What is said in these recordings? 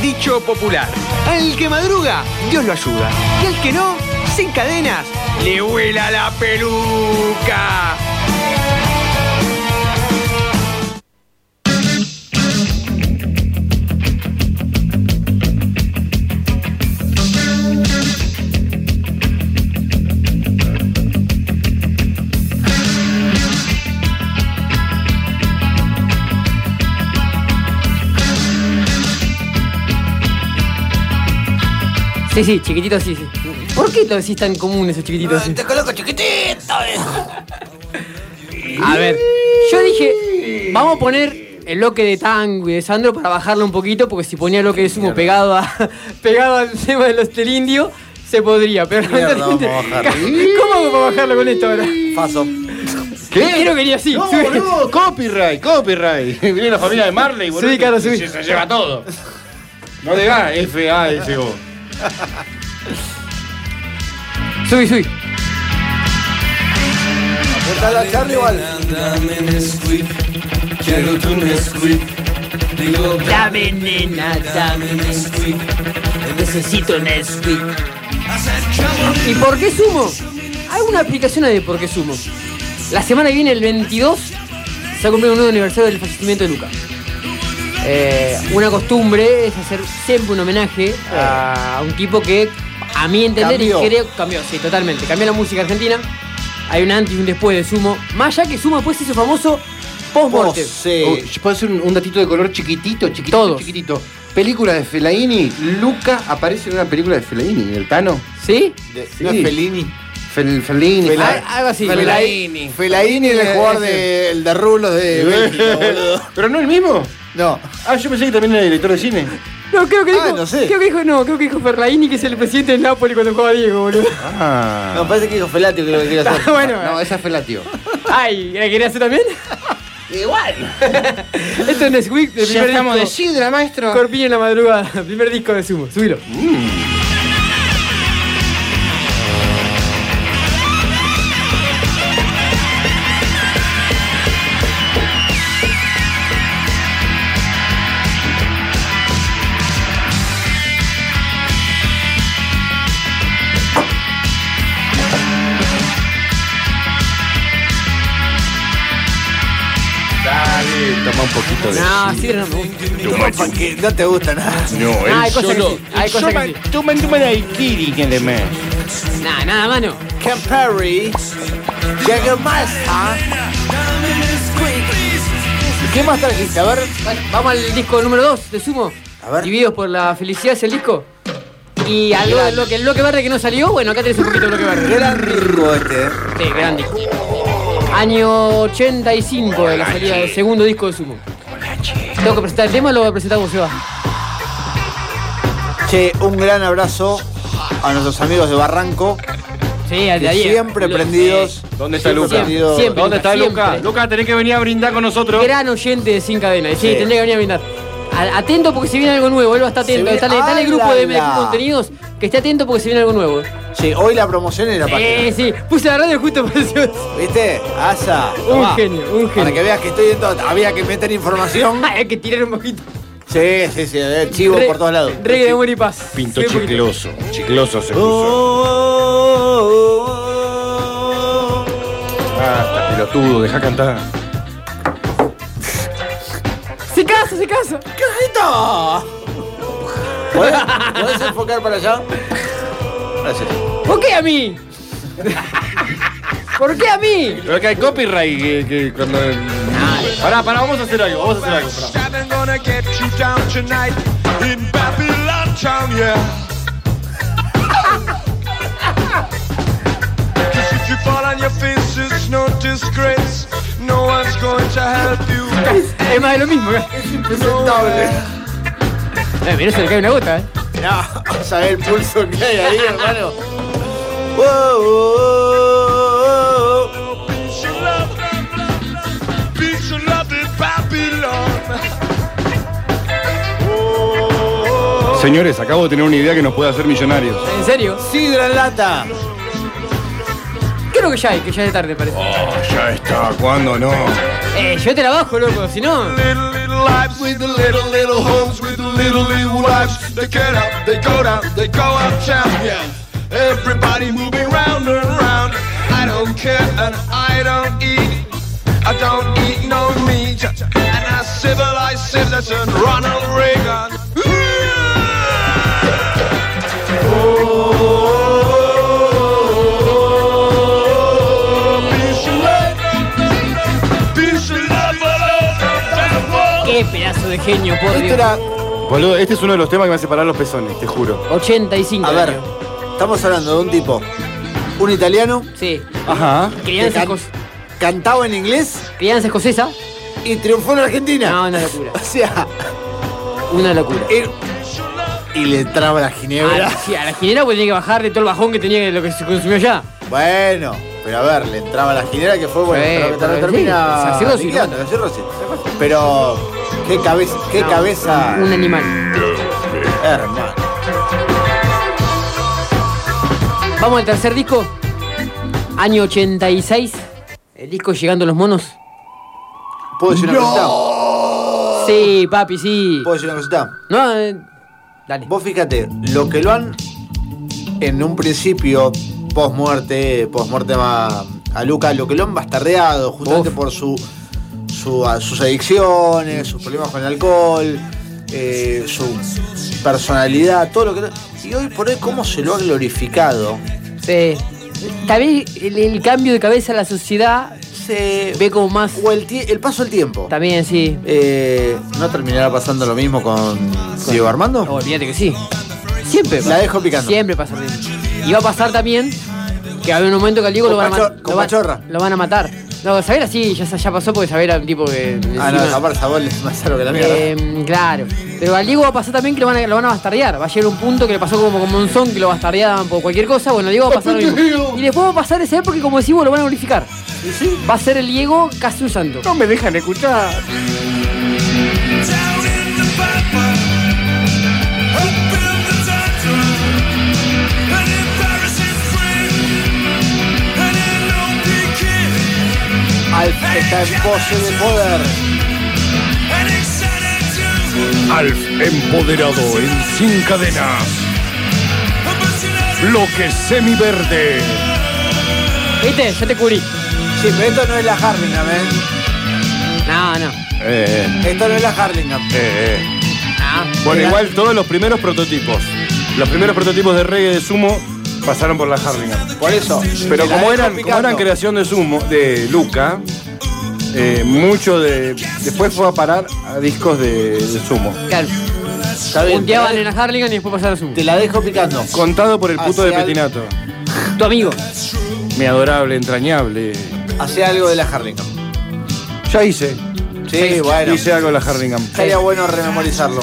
dicho popular. Al que madruga, Dios lo ayuda. Y al que no, sin cadenas, le vuela la peluca. Sí, sí, chiquitito, sí, sí. ¿Por qué lo decís tan común esos chiquititos? Te coloco chiquitito. A ver, yo dije, vamos a poner el loque de tango y de Sandro para bajarlo un poquito, porque si ponía el loque de sumo pegado, a, pegado al tema de los del indio, se podría. Pero Mierda, vamos a bajarlo. ¿Cómo hago para bajarlo con esto ahora? Faso. Quiero quería así. No, sube. boludo, copyright, copyright. Viene la familia de Marley, boludo. Sí, claro, y sí. Se, se lleva todo. No le da F, A, S, O. Subí, subí. Dale, Charlie o al- Dame Nesquik, quiero tu Nesquik. Digo, Dame nena, dame Nesquik. Necesito Nesquik. ¿Y por qué sumo? Hay una aplicación de por qué sumo. La semana que viene, el 22, se ha cumplido un nuevo aniversario del fallecimiento de Luca. Eh, una costumbre es hacer siempre un homenaje a un tipo que, a mi entender, Cambió. y creo cambió, sí, totalmente. Cambió la música argentina. Hay un antes y un después de Sumo. Más ya que Sumo después se hizo famoso post-mortem. Sí. Oh, ¿Puedo hacer un, un datito de color chiquitito, chiquitito, Todos. chiquitito? Película de Felaini. Luca aparece en una película de Felaini, el Tano. ¿Sí? De- Sí. No es Fellini. Fel- Fellaini. Fela- Ah, Algo así. Fellaini. Fellaini es el jugador de, el de rulos de Bélgica, boludo. Ah, ¿Pero no el mismo? No. Ah, yo pensé que también era director de cine. No, creo que Ah, dijo. no sé. Creo que dijo no, creo que dijo Ferlaini, que es el presidente del Napoli cuando jugaba Diego, boludo. Ah. No, parece que dijo Felatio que Oh, es lo que quiere hacer. bueno, No, esa es Felatio. Ay, ¿la querías hacer también? Igual. Esto es Nesquik, el primer disco. sidra, maestro. Corpiño en la madrugada, primer disco de Sumo. Subilo. Dale, toma un poquito de. No, sí, no me gusta. Opa, que no te gusta nada. No, Ah, hay él cosas que solo. sí, hay Él cosas que toma- sí. Toma, toma la Ikiri, que le me. Nah, nada, mano. Ken Perry. Jagger Massa. ¿Qué más trajiste? A ver. Bueno, vamos al disco número 2 de Sumo. A ver. Divididos por la felicidad es el disco. Y algo de lo que el bloque verde que no salió, bueno, acá tenés un poquito de bloque verde. Gran rico este. eh. Sí, gran disco. Año 85 de la salida del segundo disco de Sumo. Tengo que presentar el tema o lo voy a presentar vos, Seba. Che, un gran abrazo a nuestros amigos de Barranco. Sí, al de que ayer. siempre Lo- prendidos. ¿Dónde está Siempre Luca? prendidos. Siempre. ¿Dónde está siempre. Luca? Luca, tenés que venir a brindar con nosotros. gran oyente de Sin Cadena. Y Sí, Sí. tendría que venir a brindar. A- Atento porque si viene algo nuevo, él va a estar Se atento. viene- Está, en el- está en el ¡Ay, grupo de la, la! MDQ Contenidos que esté atento porque si viene algo nuevo. Sí, hoy la promoción en la página. Eh, sí, puse la radio justo para eso. ¿Viste? Asa. tomá. genio, un Para genio. que veas que estoy en todo. Había que meter información. Hay que tirar un poquito. Sí, sí, sí. eh, Chivo Re- por todos lados. Reggae de amor y paz. Pinto Sí, un poquito. chicloso. Chicloso se puso. Oh, oh, oh, oh. Ah, está pelotudo, deja cantar. Se casa, se casa. ¡Carito! ¿Podés, podés enfocar para allá? Gracias. ¿Por qué a mí? ¿Por qué a mí? Pero acá hay copyright que, que cuando. Pará, pará, vamos a hacer algo, vamos a hacer algo. pará. I'm gonna get you down tonight in Babylon town, yeah. Cause if you fall on your face, it's no disgrace. No one's going to help you. Es más de lo mismo. Doble. Eh, mirá, se le cae una gota, eh. Mirá, vamos a ver el pulso que hay ahí, hermano. oh, Wow, wow, wow, wow. Peace and love, peace and love in Babylon. Señores, acabo de tener una idea que nos puede hacer millonarios. ¿En serio? Sidra en lata. ¿Qué creo que ya hay, que ya es tarde, parece. Oh, ya está, ¿cuándo no? Eh, yo te la bajo, loco, si no. Little, little lives with the little, little homes with the little, little lives. They get up, they go down, they go out town. Yeah. Everybody moving round and round. I don't care and I don't eat. I don't eat no meat. And a civilized citizen, Ronald Reagan. Qué pedazo de genio, por Esto Dios. era. Boludo, este es uno de los temas que me hace parar los pezones, te juro. 85 A ver, años. estamos hablando de un tipo, un italiano, Sí. Ajá. que Crianza, can- escocesa. cantaba en inglés crianza escocesa. y triunfó en Argentina. No, una locura. O sea, Una locura. er- y le traba la A la, ginebra. sí, a la ginebra porque tenía que bajar de todo el bajón que tenía de lo que se consumió ya. Bueno, pero a ver, le entraba la ginebra que fue bueno, Sí, pero que tarde pero sí, termina. se hace dosis, liquidando, se hace dosis. Pero qué cabeza, qué No, cabeza, Un animal. hermano. Vamos al tercer disco. Año 86. El disco Llegando a los Monos. ¿Puedo decir una cosita? Sí, papi, sí. ¿Puedo decir una cosita? No, eh, dale. Vos fíjate, lo que lo han en un principio, post muerte, post muerte a, a Luca, lo que lo han bastardeado justamente Uf. por su, su- a- sus adicciones, sus problemas con el alcohol, eh, su personalidad, todo lo que. Y hoy por hoy, ¿cómo se lo ha glorificado? Sí. Tal vez el, el cambio de cabeza a la sociedad Se ve como más. O el, tie- el paso del tiempo. También, sí. Eh, ¿No terminará pasando lo mismo con Diego Armando? No, olvídate que sí. Siempre La pasa. dejo picando. Siempre pasa lo mismo. Y va a pasar también que va a haber un momento que al Diego Con lo van, a pachor- ma- con lo, van- pachorra. lo van a matar. No, Sabera sí, ya, ya pasó porque Sabera era un tipo que. Ah, no, encima- aparte Sabor es más caro que la mierda. Eh, claro. Pero al Diego va a pasar también que lo van a, lo van a bastardear. Va a llegar un punto que le pasó como con Monzón, que lo bastardeaban por cualquier cosa. Bueno, al Diego va a pasar lo mismo. Y después va a pasar esa época que, como decís, vos, lo van a glorificar. Va a ser el Diego casi un santo. No me dejan escuchar. Alf está en pose de poder. Alf empoderado en sin cadenas. Bloque semiverde. ¿Viste? Yo te cubrí. Sí, pero esto no es la Harlingham, ¿eh? No, no. Eh, Esto no es la Harlingham. eh, eh. Ah, Bueno, igual todos los primeros prototipos. Los primeros prototipos de reggae de sumo pasaron por la Harlingham. Por eso. Pero me como la dejo eran, como picando. eran creación de sumo, de Luca, eh, mucho de. Después fue a parar a discos de, de sumo. claro. Está bien, te, Punteaban en la, la Harlingham y después pasaron a Zoom. te la dejo picando. Contado por el puto de Hacia el- Petinato. Tu amigo. Mi adorable, entrañable. Hacé algo de la Harlingham. Ya hice. Sí, bueno. Hice algo de la Harlingham. Sería bueno rememorizarlo.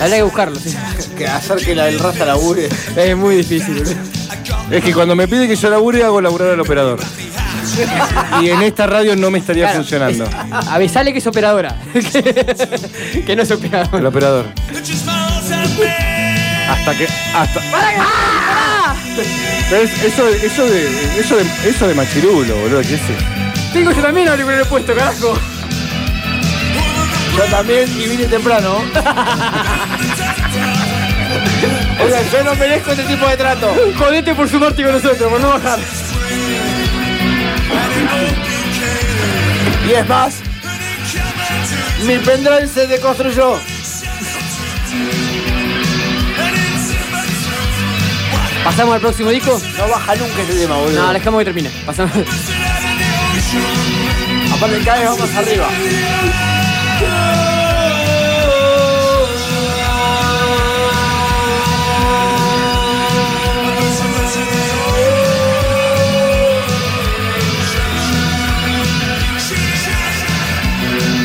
Habrá que buscarlo, sí. Que hacer que la, el Rasta labure. Es muy difícil. ¿eh? Es que cuando me pide que yo labure, hago laburar al operador. Y en esta radio no me estaría funcionando. Avisale que es operadora. que no es El operadora. operador. Hasta que. Hasta. ¡Ah! ¿Ves? Eso, eso de. Eso de. Eso de machirulo, boludo, ¿qué es eso? Tengo yo también auricular puesto, carajo. Yo también y vine temprano. Oigan, yo no merezco este tipo de trato. Jodete por sumarte con nosotros, por no bajar. Y es más, mi pendrive se deconstruyó. ¿Pasamos al próximo disco? No baja nunca este tema, boludo. No, dejamos que termine. Pasamos. Aparte cada vez vamos arriba.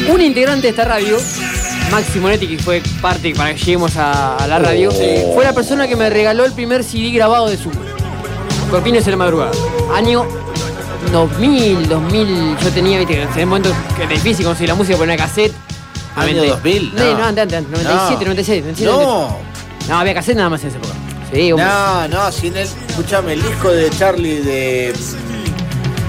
Un integrante de esta radio, Maxi Monetti, que fue parte para que lleguemos a, a la radio, Oh. fue la persona que me regaló el primer CD grabado de Sumo. Corpiños en la madrugada. Año 2000, 2000. Yo tenía, viste, en ese momento que era difícil conseguir la música por una cassette. ¿Año 2000? No, No. no, antes, antes, 97, 96, 97. No. No, había cassette nada más en esa época. Sí, hombre. No, no, sin él. Escúchame, el disco de Charlie de.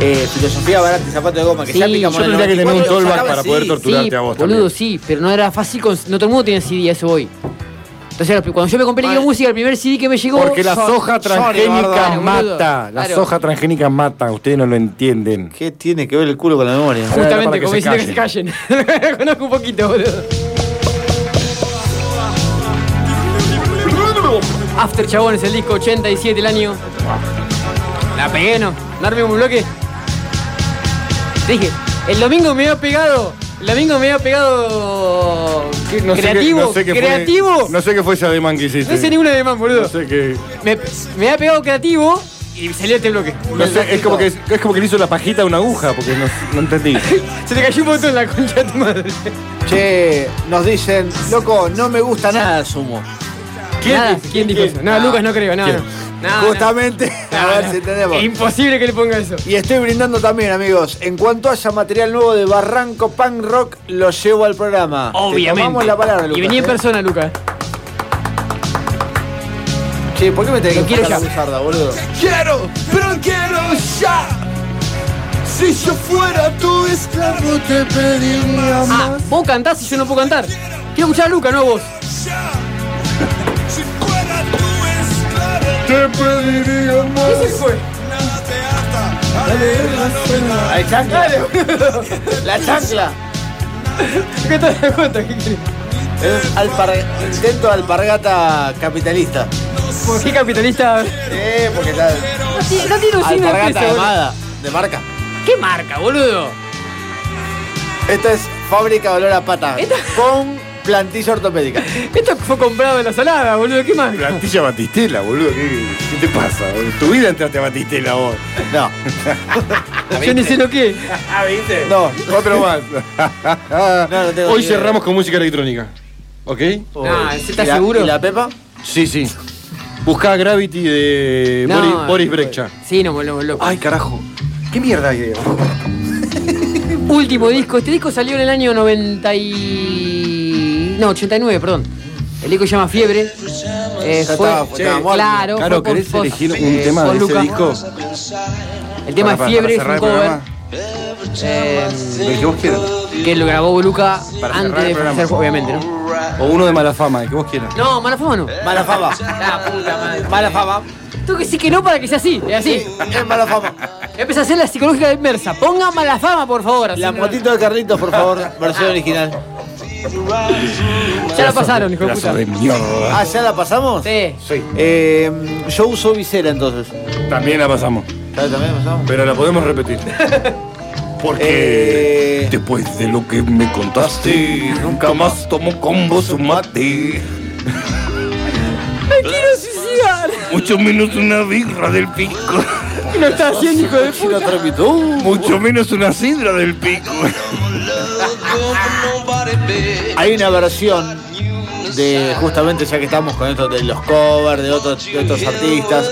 eh, filosofía barata y zapato de goma, que Sí, ya picamos yo en el tendría que tener un 94, tollback sacaba para poder así. torturar. Sí, Durante a vos boludo, también. sí, pero no era fácil. con- no todo el mundo tenía CD, a eso voy. Entonces, era- cuando yo me compré Liga Música, el primer CD que me llegó. Porque la yo- soja Barda. transgénica Claro, mata. boludo. La Claro. soja transgénica mata. Ustedes no lo entienden. ¿Qué tiene que ver el culo con la memoria? Era para Justamente, que como se diciendo que se callen. Conozco un poquito, boludo. After Chabones, el disco 87, el año. La pegué, ¿no? ¿No armé un bloque? Te dije, el domingo me había pegado. El domingo me había pegado. ¿Qué? No sé qué- creativo, no sé qué fue- creativo. no, no sé qué fue ese ademán que hiciste. hice ninguna de más, boludo. No sé qué. me, me había pegado creativo y salió este bloque. No sé, es como que es como que le hizo la pajita a una aguja, porque no, no entendí. Se te cayó un montón la concha de tu madre. Che, nos dicen, loco, no me gusta nada sumo. Nada, ¿Quién dijo eso? No, Lucas no creo, no, ¿Quién? no. No, no. Justamente, a No, ver no. si entendemos. Imposible que le ponga eso. Y estoy brindando también, amigos. En cuanto haya material nuevo de Barranco Punk Rock, lo llevo al programa. Te Obviamente. tomamos la palabra, Lucas. Y venía en ¿eh? persona, Lucas. Che, ¿por qué me tenés Lo que quiero cortar ya. la buzarda, boludo? Quiero, pero quiero ya. Si yo fuera tu esclavo te pediría Ah, más. vos cantás y yo no puedo cantar. Quiero escuchar a Lucas, no a vos. Te pediría más. ¿Qué fue? Ahí chancla. La chancla. ¿Qué te das cuenta? ¿Qué querés? Es un alpar- intento de alpargata capitalista. ¿Por qué capitalista? Eh, porque está. No tiene- No tiene un signo de Alpargata peso, de boludo. Mada, de marca. ¿Qué marca, boludo? Esta es fábrica de olor a pata. Con plantilla ortopédica. Esto fue comprado en la salada, boludo. ¿Qué marca? Plantilla Batistela, boludo. ¿Qué, qué te pasa? boludo? Tu vida entraste a Batistela vos. No, Yo ni sé lo que. es. no. Otro más. No, no tengo Hoy ni idea. cerramos con música electrónica. ¿Ok? No, ¿sí estás ¿Y la- seguro? ¿Y la Pepa? Sí, sí. Buscá Gravity de No, Boris, Boris Brecha. Sí, no, boludo, loco. Ay, carajo. ¿Qué mierda hay? Último disco. Este disco salió en el año 90 y... No, 89, perdón. El disco se llama Fiebre. Eh, Ya fue, estaba- estaba muerto. claro, Claro, fue por- ¿querés por- elegir un eh, tema por de ese Luca. disco? El tema Para- para- es Fiebre, para es un cover. cerrar el programa. El que vos quieras. eh, que lo grabó Luca Para cerrar antes el de programa. hacer, obviamente, ¿no? O uno de mala fama, el que vos quieras. No, mala fama no. Mala fama. La puta madre. Mala fama. Tengo que decir que no para que sea así, es así. Es mala fama. Empecé a hacer la psicológica inversa. Ponga mala fama, por favor. así La no- motito de Carlitos, por favor, versión original. Ya la pasaron, hijo de Pedazo puta. de mierda. Ah, ¿ya la pasamos? Sí. Sí, Eh, yo uso visera entonces. también la pasamos. ¿Ya también la pasamos? Pero la podemos repetir. Porque Eh. después de lo que me contaste, nunca más tomo con vos un mate. Me quiero suicidar. Mucho menos una birra del pico. Y lo está haciendo, hijo de Quiero puta. otro pitú. Mucho menos una sidra del pico. Hay una versión de, justamente ya que estamos con esto de los covers, de otros, de otros artistas,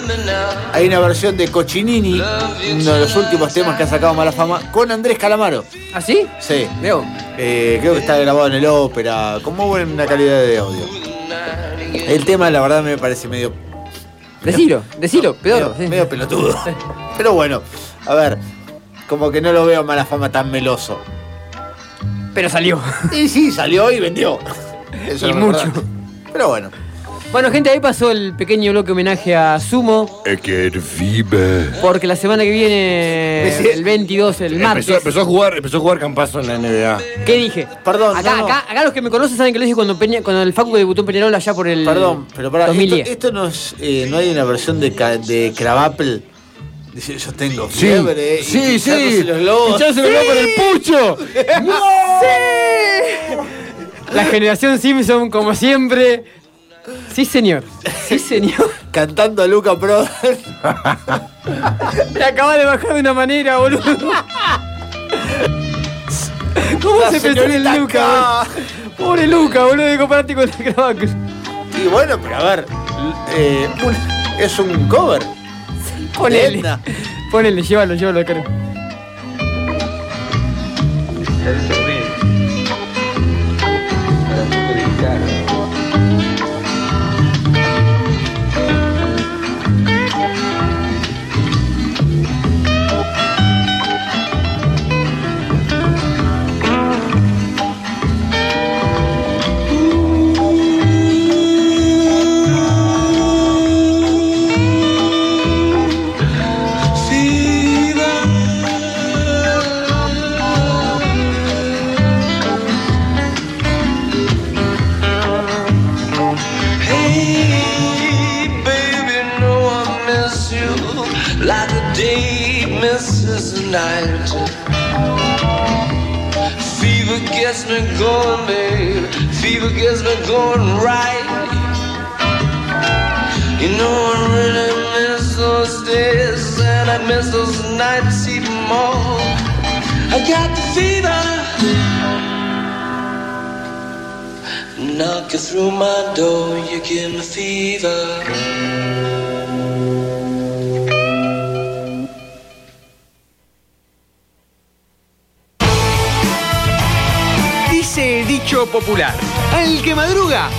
hay una versión de Cochinini, uno de los últimos temas que ha sacado Mala Fama, con Andrés Calamaro. ¿Así? Sí. Veo. Eh, creo que está grabado en el ópera, con muy buena calidad de audio. El tema, la verdad, me parece medio, Decilo, decilo, peor. medio, medio pelotudo. Pero bueno, a ver, como que no lo veo a mala fama tan meloso. Pero salió. Y sí, salió y vendió. Eso Y es la verdad. mucho. Pero bueno, Bueno, gente, ahí pasó el pequeño bloque homenaje a Sumo. Porque la semana que viene, el 22, el martes. Empezó, empezó a jugar, empezó a jugar Campazo en la NBA. ¿Qué dije? Perdón, Acá, no, no. acá, acá los que me conocen saben que lo dije cuando, Peña- cuando el Facu debutó en Peñarol allá por el. perdón, pero para esto, 2010. esto no, es, eh, no hay una versión de, ca- de Cravapple. Dice, yo tengo Sí, fiebre. y sí, pinchándose sí. los globos. Pinchándose los globos en el pucho. La generación Simpson, como siempre. Sí, señor. Sí, señor. Cantando a Luca Pro. Me acaba de bajar de una manera, boludo. ¿Cómo La se pensó en el señorita Luca? acá. boludo? Pobre Luca, boludo, de compararte con la Cravac. y bueno, pero a ver, eh, un- es un cover. Ponele. Lenda. Ponele, llévalo, llévalo, caro. day misses the night. Fever gets me going, babe. Fever gets me going right. You know I really miss those days and I miss those nights even more. I got the fever knocking through my door. You give me fever. Dice el dicho popular, al que madruga,